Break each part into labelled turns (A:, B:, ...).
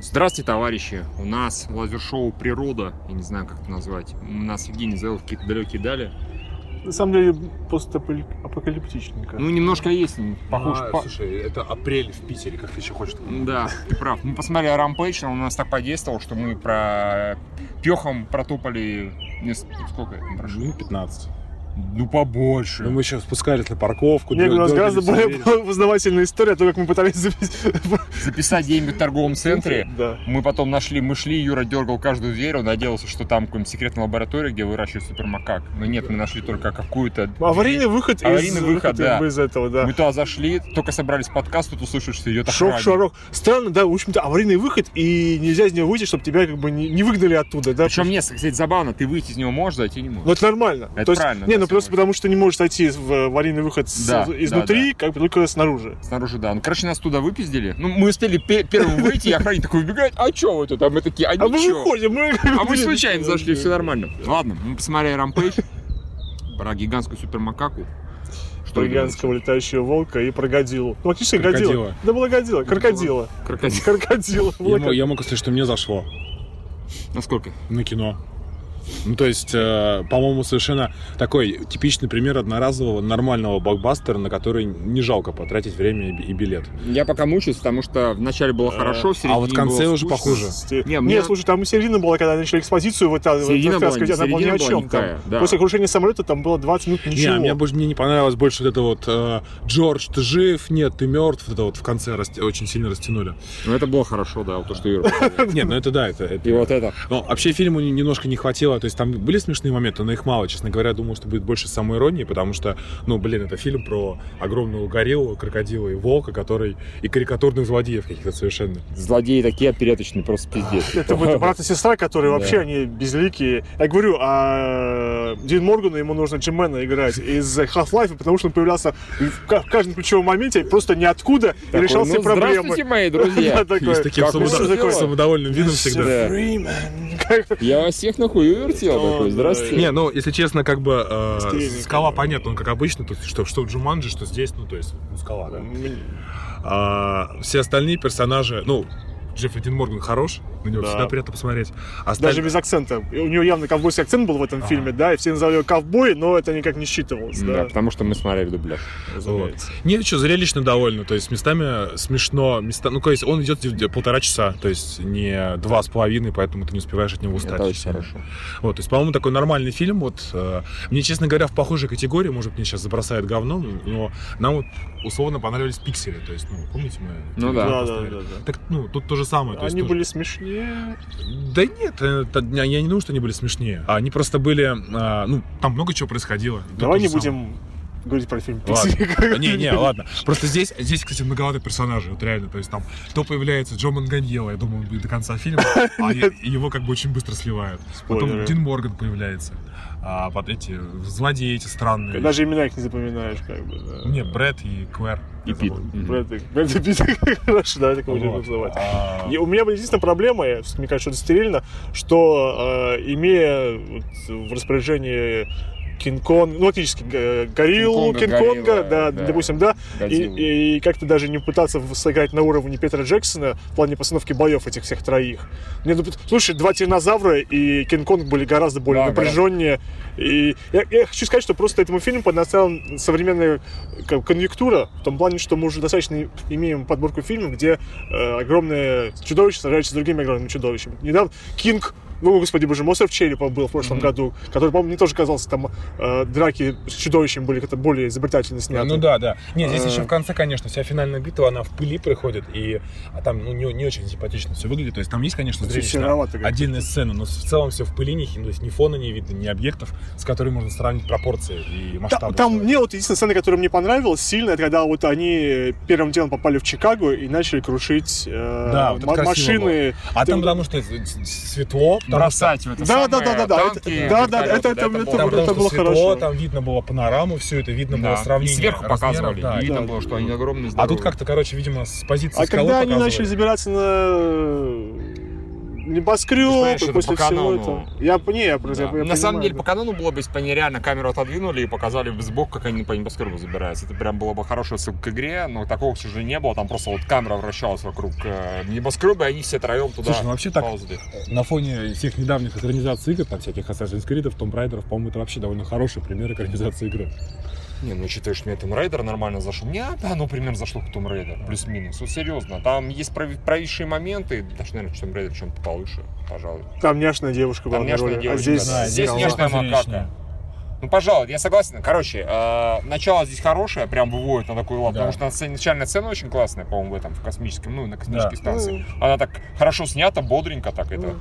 A: Здравствуйте, товарищи! У нас лазер-шоу «Природа», я не знаю, как это назвать. У нас Евгений завел в какие-то далекие дали.
B: На самом деле, постапокалиптичненько.
A: Ну, немножко есть, похож...
C: А,
A: по-
C: Слушай, это апрель в Питере, как ты еще хочешь?
A: Да, ты прав. Мы посмотрели «Рампейдж», он у нас так подействовал, что мы про пехом протопали... нес- Сколько это мы прошли?
C: Ну, 15.
A: Ну, побольше.
C: Ну, мы еще спускались на парковку.
B: Мне
C: дё-
B: у нас
C: дёргались,
B: ну, гораздо более
C: смотрели.
B: познавательная история, то, как мы пытались записать.
A: Записать где-нибудь в торговом центре.
B: Да.
A: Мы потом нашли, мы шли, Юра дергал каждую дверь, он надеялся, что там какая-нибудь секретная лаборатория, где выращивают супермакак. Но нет, мы нашли только какую-то...
C: А
B: Аварийный выход из,
A: Аварийный выход, да.
B: как бы из этого, да.
A: Мы туда зашли, только собрались подкаст, тут услышали, что идет
B: Шок,
A: охранник.
B: шорох. Странно, да, в общем-то, аварийный выход, и нельзя из него выйти, чтобы тебя как бы не, не выгнали оттуда, да.
A: Причем нет, кстати, забавно, ты выйти из него можешь, зайти не можешь.
B: Но это нормально.
A: Это
B: То есть,
A: правильно,
B: Не,
A: да,
B: ну просто
A: согласен.
B: потому, что не можешь зайти в аварийный выход с-
A: Да,
B: изнутри, как бы только снаружи.
A: Снаружи, да. Ну, короче, нас туда выпиздили. Ну, мы успели пе- первым выйти, и охранник такой выбегает. А чё вы тут? А мы такие, а
B: А мы
A: ничего.
B: выходим, мы...
A: А мы случайно зашли, все нормально. Ладно, мы посмотрели «Рампейдж» про гигантскую супермакаку.
B: Про
A: Что
B: гигантского летающего волка и про годилу. Ну, фактически годила.
C: Крокодила.
B: Да была годила, крокодила.
A: Крокодил.
B: Крокодила.
C: Я,
B: была
C: мо- я мог сказать, что мне зашло
A: Насколько?
C: на кино. Ну, то есть, э, по-моему, совершенно такой типичный пример одноразового нормального блокбастера, на который не жалко потратить время и, и билет.
A: Я пока мучаюсь, потому что вначале было хорошо, в середине
C: а вот в конце
A: было
C: уже
A: скучно.
C: похуже.
B: Сти-
A: Не,
B: Не,
A: мне-
B: слушай, там и середина была, когда начали экспозицию, вот эта вот
A: Середина была
B: рассказка,
A: не-
B: она была ни
A: середина
B: о
A: была
B: чем.
A: никакая,
B: там.
A: да. а
B: После крушения самолета там было 20 минут ничего.
C: Не, а мне, больше- мне не понравилось больше вот это вот э, «Джордж, ты жив? Нет, ты мертв». Вот это вот в конце расти- очень сильно растянули.
A: Ну, это было хорошо, да, вот то, что Юра показал.
C: Нет, ну это да, это... это-
A: И вот это.
C: Но Ну, вообще фильму не- немножко не хватило, то есть там были смешные моменты, но их мало, честно говоря, я думал, что будет больше самой иронии, потому что, ну, блин, это фильм про огромную гориллу, крокодила и волка, который и карикатурных злодеев каких-то совершенно.
A: Злодеи такие опереточные, просто пиздец.
B: Это будет брат и сестра, которые
A: Да.
B: вообще они безликие. Я говорю, а Дин Моргану ему нужно Джимена играть из Half-Life, потому что он появлялся в ка- в каждом ключевом моменте просто ниоткуда и
A: Такой,
B: решал
A: ну,
B: все проблемы.
A: Здравствуйте, мои друзья.
B: Да, такой,
C: И с таким
A: как
C: самодо-
A: вы это сделали?
C: самодовольным видом
B: «Mr.
C: всегда.
A: Да.
B: Freeman».
A: Я вас всех нахуй увертел
B: О,
A: такой.
B: да.
A: Здравствуйте.
C: Не, ну, если честно, как бы э,
B: Стильный.
C: скала, понятно, он как обычно, то есть, что, что в Джуманджи, что здесь, ну, то есть, ну, скала, да. А, все остальные персонажи, ну, Джеффри Дин Морган хорош, на него
B: Да.
C: всегда приятно посмотреть.
B: Даже
C: Осталь-
B: без акцента. И У него явно ковбойский акцент был в этом
C: Ага.
B: фильме, да, и все называли его ковбой, но это никак не считывалось,
A: Да,
C: Ну,
B: да.
A: потому что мы смотрели дубляж.
C: Вот. Нет, что, зрелищно довольно. То есть местами смешно. Места... Ну, то есть он идет где- полтора часа, то есть не два с половиной, поэтому ты не успеваешь от него устать.
A: Это очень хорошо.
C: Вот, то есть, по-моему, такой нормальный фильм. Вот, э, мне, честно говоря, в похожей категории, может, мне сейчас забросает говном, но нам вот условно понравились пиксели. То есть, ну, помните, мы...
A: Ну да.
B: Да, да,
C: поставили?
B: да, да.
C: Так, ну, тут то же самое. то есть
B: Они
C: тоже- Ну,
B: были смешнее.
C: Да нет, э, та- я я не думаю, что они были смешнее. Они просто были... э, ну, там много чего происходило. Тут
B: Давай
C: то
B: не
C: же самое.
B: будем говорить про фильм
C: Ладно.
B: «Пиксели», как-
C: Не, не, ладно. Просто здесь, здесь, кстати, многовато персонажей, вот реально. То есть там то появляется Джо Манганьелло, я думаю, он будет до конца фильма, а е- его как бы очень быстро сливают. Потом
B: Спойлеры.
C: Дин Морган появляется. А вот эти злодеи эти странные.
B: Даже имена их не запоминаешь, как бы, да.
C: Не, Брэд и Квер.
A: И
C: Я
A: Пит.
C: забыл.
A: Мгм.
B: Брэд и- Брэд и Питт. Хорошо, давай так будем
C: Вот.
B: называть.
C: А,
B: И У меня была единственная проблема, и мне кажется, это стерильно, что э, имея вот в распоряжении Кинг-Конг, ну, фактически э, гориллу,
A: Кинг-Конга,
B: Кинг-Конга,
A: горилла,
B: да,
A: да.
B: допустим, да,
A: Годзиллу.
B: И, и как-то даже не пытаться в- сыграть на уровне Петра Джексона в плане постановки боев этих всех троих. Не, ну, пот- слушай, два тиранозавра и Кинг-Конг были гораздо более
A: Да,
B: напряженнее. И я, я хочу сказать, что просто этому фильму поднастала современная как, конъюнктура, в том плане, что мы уже достаточно имеем подборку фильмов, где э, огромное чудовище сражается с другими огромными чудовищами. Недавно Кинг ну, господи боже, мой, остров черепа был в прошлом году, который, по-моему, мне тоже казался, там э, драки с чудовищем были как-то более изобретательно сняты.
C: Ну да, да. Не, здесь
B: Э.
C: еще в конце, конечно, вся финальная битва, она в пыли приходит, и а там ну, не, не очень симпатично все выглядит. То есть там есть, конечно,
B: Чуть
C: зрелищно
B: серовато как-то.
C: отдельная сцена, но в целом все в пыли, ни, ну, то есть ни фона не видно, ни объектов, с которыми можно сравнить пропорции и
B: Та-
C: масштабы.
B: Там
C: всего.
B: мне вот единственная сцена, которая мне понравилась сильно, это когда вот они первым делом попали в Чикаго и начали крушить э,
C: Да, вот это
B: ма-
C: красиво
B: машины.
C: А там
B: Ты-
C: потому что это с- светло, потому
A: Бросать в это
B: Да, да,
A: самое,
B: да, да, да.
A: танки,
B: Это- да, да,
A: вертолеты,
B: это- это-
C: что-
A: было
C: там потому
B: это
C: что
B: было
C: светло,
B: хорошо.
C: там видно было панораму, все это видно
A: Да.
C: было
A: И
C: сравнение.
A: сверху
C: размеров,
A: показывали. и
C: да, и-
A: видно
B: да.
A: было, что они огромные,
C: А
A: здоровые.
C: тут как-то, короче, видимо, с позиции
B: А
C: скалы
B: когда они
C: показывали.
B: начали забираться на небоскреб,
A: Ты же понимаешь,
B: и
A: это
B: э, после
A: по
B: всего
A: канону.
B: этого. Я, п- не, я, про- я,
A: Да.
B: я
A: на самом
B: понимаю,
A: деле,
B: да.
A: по канону было бы, если бы они реально камеру отодвинули и показали бы сбоку, как они по небоскребу забираются. Это прям было бы хорошая ссылка к игре, но такого, к сожалению, не было. Там просто вот камера вращалась вокруг э, небоскреба, и они все троем туда
C: Слушай, ну вообще так-
A: ползали.
C: На фоне всех недавних экранизаций игр, там всяких Assassin's Creed, Tomb Raider, по-моему, это вообще довольно хороший пример экранизации игры.
A: Не, ну считаешь, мне Tomb Raider нормально зашел. Мне, да, ну примерно зашло к Tomb Raider, плюс-минус. Ну, серьезно, там есть прови- провисшие моменты, даже, наверное, в Tomb Raider чем-то получше, пожалуй.
B: Там няшная девушка была
A: Там
B: на
A: няшная
B: роли, а
A: девушка,
B: здесь...
A: да. Здесь
B: голова.
A: няшная макака. Ну, пожалуй, я согласен. Короче, э, начало здесь хорошее, прям выводит на такой лад,
C: Да.
A: потому что сцена- начальная сцена очень классная, по-моему, в этом, в космическом, ну, на космической
C: Да.
A: станции. Она так хорошо снята, бодренько так, это,
B: Ну.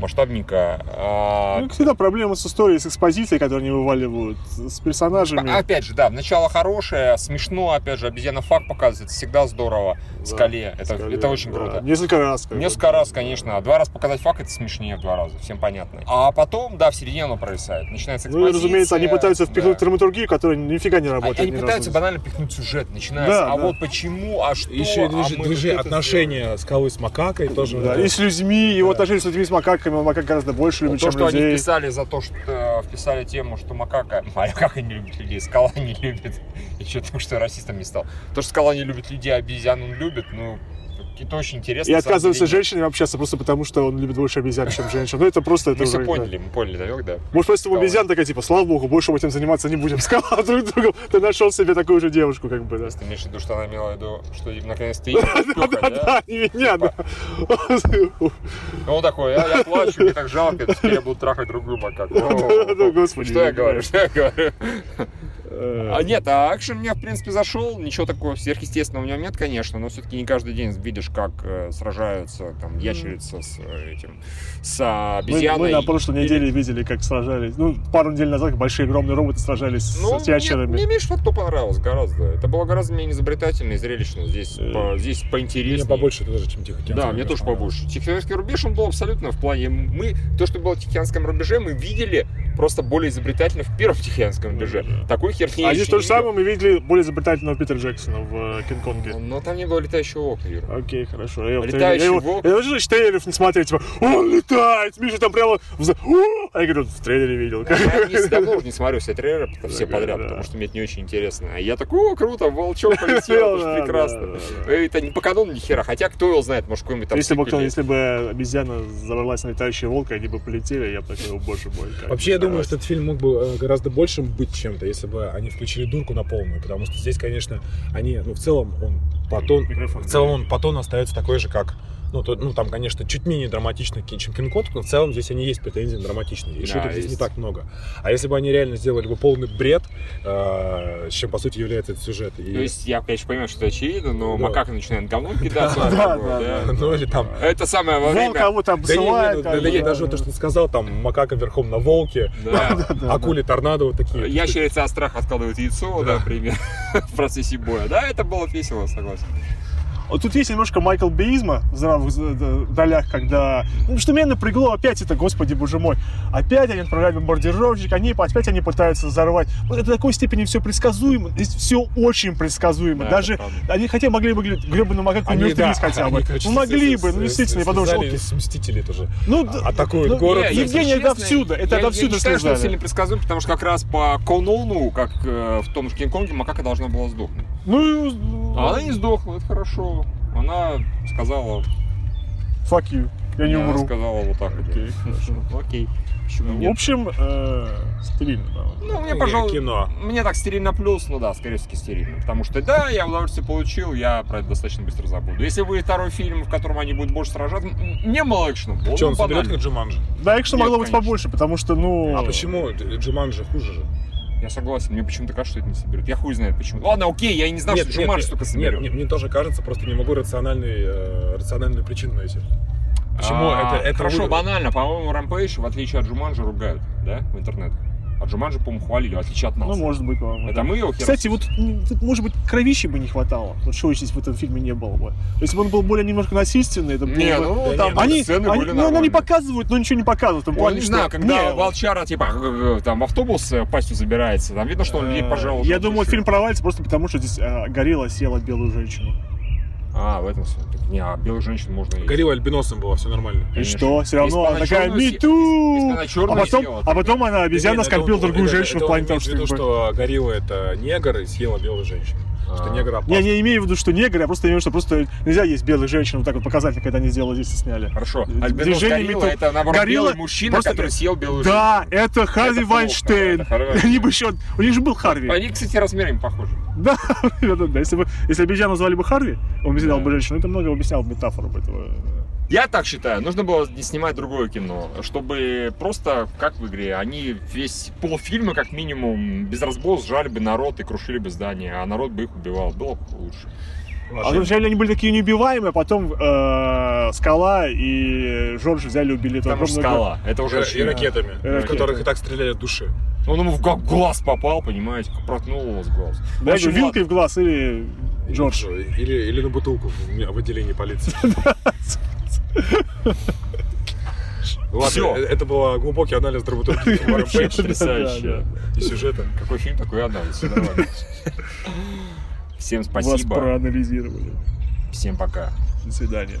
A: масштабненько. А,
B: Ну, как всегда, проблема с историей, с экспозицией, которую они вываливают, с персонажами.
A: А, Опять же, да, начало хорошее, смешно, опять же, обезьяна факт показывает, это всегда здорово.
B: Да,
A: Скале, это,
B: скале,
A: это очень
B: да.
A: круто.
B: Несколько раз. как бы.
A: Несколько раз, конечно, а два раза показать факт, это смешнее в два раза, всем понятно. А потом, да, в середине оно провисает, начинается
B: Ну и, разумеется, они
A: экспозиция,
B: пытаются впихнуть
A: да.
B: драматургию, которая нифига не
A: А-
B: работает.
A: Они
B: ни
A: пытаются
B: разу.
A: банально пихнуть сюжет, начинается,
B: Да,
A: а
B: да.
A: вот почему, а что,
C: Еще и
A: а
C: движи-
A: мы вот
C: движи-
A: это сделали.
C: отношения скалы с макакой тоже.
B: Да, И с людьми, его отношения с людьми, с макаками, он макак гораздо больше
A: Вот
B: любит,
A: то,
B: чем
A: что они
B: людей.
A: вписали за то, что э, вписали тему, что макака... А как они любят людей? Скала не любит. И что потому что я расистом не стал. То, что скала не любит людей, а обезьян он любит, ну, это очень интересно.
B: И
A: на самом
B: отказываются
A: деле.
B: женщинами общаться просто потому, что он любит больше обезьян, чем женщин. Ну это просто... это
A: Мы все
B: уже,
A: поняли, мы поняли, намек, да.
B: да. Может, просто у
A: Скала.
B: обезьян такая, типа, слава богу, больше мы этим заниматься не будем. Скала друг другу, ты нашел себе такую же девушку, как бы, да.
A: Если ты имеешь в виду, что она имела в виду, что им наконец ты да,
B: Да, и А, меня, да.
A: Ну, он такой, «А, я плачу, мне так жалко, теперь я буду трахать другую макаку.
B: Да, господи,
A: Ну, Что я
B: я
A: говорю,
B: понимаю.
A: что я говорю?
B: Э,
A: А, нет, а акшен мне, в принципе, зашел. Ничего такого сверхъестественного у него нет, конечно, но все-таки не каждый день видишь, как э, сражаются там ящерица с э, этим, с а,
B: Мы,
A: обезьяной.
B: мы на прошлой
A: Или-
B: неделе видели, как сражались. Ну, пару недель назад как большие огромные роботы сражались
A: Ну,
B: с
A: мне,
B: ящерами.
A: мне меньше вот то понравилось гораздо. Это было гораздо менее изобретательно и зрелищно. Здесь,
B: Э,
A: по- здесь
C: Мне
A: поинтереснее.
C: побольше тоже, чем Тихоокеанский.
A: Да, мне тоже побольше. Тихоокеанский рубеж, он был абсолютно в плане... Мы, то, что было в Тихоокеанском рубеже, мы видели просто более изобретательно в первом Тихоокеанском рубеже. Такой херни я
B: Ну А здесь
A: еще
B: то
A: не
B: же
A: видел.
B: самое мы видели более изобретательного Питера Джексона в э, Кинг-Конге.
A: Но там не было летающего окна, Юра.
B: Окей, хорошо. Я, вот-
A: Летающий
B: я, его-
A: волк.
B: я даже значит, трейлеров не смотрел, типа, он летает, Миша там прямо... вз- «О!» А я говорю, в трейлере видел.
A: Я не- давно уже не смотрю все трейлеры потому- все
B: Да,
A: подряд,
B: да.
A: потому что мне это не очень интересно. А я такой, о, круто, волчок полетел, это
B: Да,
A: же
B: да,
A: прекрасно.
B: да, да.
A: Это не по канону ни хера, хотя кто его знает, может, какой-нибудь там...
B: Если бы, кто,
A: сиквеле.
B: если бы обезьяна забралась на летающий волк, и они бы полетели, я бы такой, о боже мой. как
C: Вообще, я
B: здорово».
C: думаю, что этот фильм мог бы э, гораздо большим быть чем-то, если бы они включили дурку на полную, потому что здесь, конечно, они, ну, в целом он по тон-
B: Микрофон.
C: в целом он по тону остается такой же, как, ну, то- ну, там, конечно, чуть менее драматично, ки- чем Кинг-Конг, но в целом здесь они есть претензии на драматичные, и
A: Да,
C: шуток здесь не
A: есть.
C: так много. А если бы они реально сделали бы полный бред, э, с чем, по сути, является этот сюжет, и-
A: То есть я, конечно, понимаю, что это очевидно, но
C: Да.
A: макака начинает говном кидаться.
B: Да,
A: как бы,
B: да,
A: да.
C: ну, или там...
A: Это самое во
B: Волк
A: время...
B: кого-то
C: Да не, не,
B: обзывает.
C: ну,
B: как
C: да
B: бы,
C: не, даже
B: да.
C: вот то, что ты сказал, там, макака верхом на волке,
A: Да.
B: Да,
C: акули, торнадо, вот такие.
A: Ящерица от страха откладывает яйцо,
C: Да.
A: например, в процессе боя. Да, это было весело, согласен.
B: Вот тут есть немножко Майкл Беизма в здравых з- д- долях, когда... Ну, что меня напрягло опять это, господи, боже мой. Опять они отправляют бомбардировщик, они опять они пытаются взорвать. Вот это до такой степени все предсказуемо. Здесь все очень предсказуемо.
A: Да,
B: Даже
A: это правда.
B: они хотя могли бы говорить, гребаную макаку мертвец хотя бы.
C: они, короче,
B: Ну, могли
C: с-
B: бы,
C: с-
B: ну, действительно,
C: с-
B: я подумал, что
C: связали
B: окей.
C: с Мстителей тоже.
B: Ну,
C: А-
B: да,
C: атакуют
B: ну,
C: город.
B: не,
A: если
B: Евгений,
A: честно,
B: это отсюда, это
A: я-
B: отовсюду
A: Я не считаю, что это
B: снижали.
A: сильно предсказуемо, потому что как раз по канону, как э, в том же Кинг-Конге, макака должна была сдохнуть.
B: Ну,
A: А она не сдохла, это хорошо. Она сказала...
B: fuck you, я не
A: она
B: умру.
A: сказала вот так. вот.
B: Окей, хорошо. Ну,
A: Окей. Почему
B: В
A: нет?
B: общем, э, стерильно, да, вот.
A: Ну, мне,
C: Не,
A: пожалуй,
C: кино.
A: мне так стерильно плюс, ну да, скорее всего, стерильно. Потому что, да, я удовольствие получил, я про это достаточно быстро забуду. Если будет второй фильм, в котором они будут больше сражаться, м, не было экшена, было
C: Че, он
A: банально.
C: соберет как Джуманджи?
B: Да, экшен
A: Нет,
B: могло быть
A: конечно.
B: побольше, потому что, ну...
C: А почему Дж- Джуманджи хуже же?
A: Я согласен, мне почему-то кажется, что это не соберет. Я хуй знает почему. Ладно, окей, я и не знал,
C: Нет,
A: что
C: нет,
A: Джуманджи
C: нет,
A: столько
C: нет,
A: соберет.
C: мне- мне тоже кажется, просто не могу рациональный, э, рациональную причину найти. Почему
A: А,
C: это, это
A: Хорошо,
C: вы-
A: банально. По-моему, Рампейдж, в отличие от Джуманджи, ругают, да, в интернете. А Джуманджи, по-моему, хвалили, в отличие от нас.
B: Ну, может быть, по-моему.
A: Это мы его хер-
B: Кстати, вот, м, тут, может быть, кровищи бы не хватало. Вот что здесь в этом фильме не было бы. Если бы он был более немножко насильственный, это было
A: Не,
B: бы-
A: ну
C: Да
A: там
C: нет,
B: они,
A: сцены
B: они-
A: были
B: ну, они
A: нормальные.
B: показывают, но ничего не показывают. в том
A: Ой,
B: плане,
A: не
B: что-
A: знаю, когда
B: Не, ну.
A: волчара типа э, там в автобус э, пастью забирается, там видно, что он ей
B: э,
A: пожалуй.
B: Я думаю, фильм провалится просто потому, что здесь э, горилла съела белую женщину.
A: А, в этом смысле. Не, а белых женщин можно и...
C: Горилла альбиносом была, все нормально.
B: И
A: Конечно.
B: что? Все равно
A: Если
B: она
A: она
B: такая
A: чёрная,
B: «Me too!»
A: если она чёрная,
B: А потом,
A: съела,
B: а потом она обезьяна
C: Нет, это
B: оскорбила
C: он-
B: другую
C: это-
B: женщину
C: это
B: в плане
C: он
B: того,
C: имеет
B: что...
C: в виду,
B: как бы-
C: что горилла это негр и съела белую женщину.
A: А.
C: Что негр опасный.
B: Я не имею в виду, что негры, я просто имею в виду, что просто нельзя есть белых женщин, вот так вот показательно, когда они сделали здесь и сняли.
A: Хорошо.
B: Движение
A: Альбинос горилла,
B: «Me too».
A: это наоборот
B: Горилла
A: белый мужчина,
B: просто-
A: который съел белую
B: Да,
A: женщину.
B: это Харви
A: плохо,
B: Вайнштейн.
A: да, это Харви Вайнштейн.
B: Они бы еще... У них же был Харви.
A: Они, кстати, размерами похожи.
B: Да, да, да. Если бы если обезьяну назвали бы Харви, он бы
A: Да.
B: бы женщину. Это много объяснял метафору бы этого. А
A: Я так считаю, нужно было не снимать другое кино, чтобы просто, как в игре, они весь полфильма, как минимум, без разбора сжали бы народ и крушили бы здание, а народ бы их убивал. Было бы лучше.
B: А вначале они были такие неубиваемые, а потом э, Скала и Джордж взяли и убили этого
A: Потому что
B: огромного-
A: скала. Это уже
C: И
A: очень-
C: ракетами,
B: Э,
C: в которых и так стреляют души.
A: Он ему в га- глаз попал, понимаете, протнул его с глаз.
B: Да,
A: Ну, В общем,
B: вилкой в глаз или Джордж.
C: Или, или на бутылку в, в отделении полиции. Ладно,
A: Всё.
C: э, это был глубокий анализ драматургии
A: ладно.
C: Warren
A: Вообще
C: Page
A: потрясающе.
C: и сюжета.
A: Какой фильм, такой анализ. Всё нормально. Всем
B: Вас
A: спасибо.
B: проанализировали.
A: Всем пока.
B: До свидания.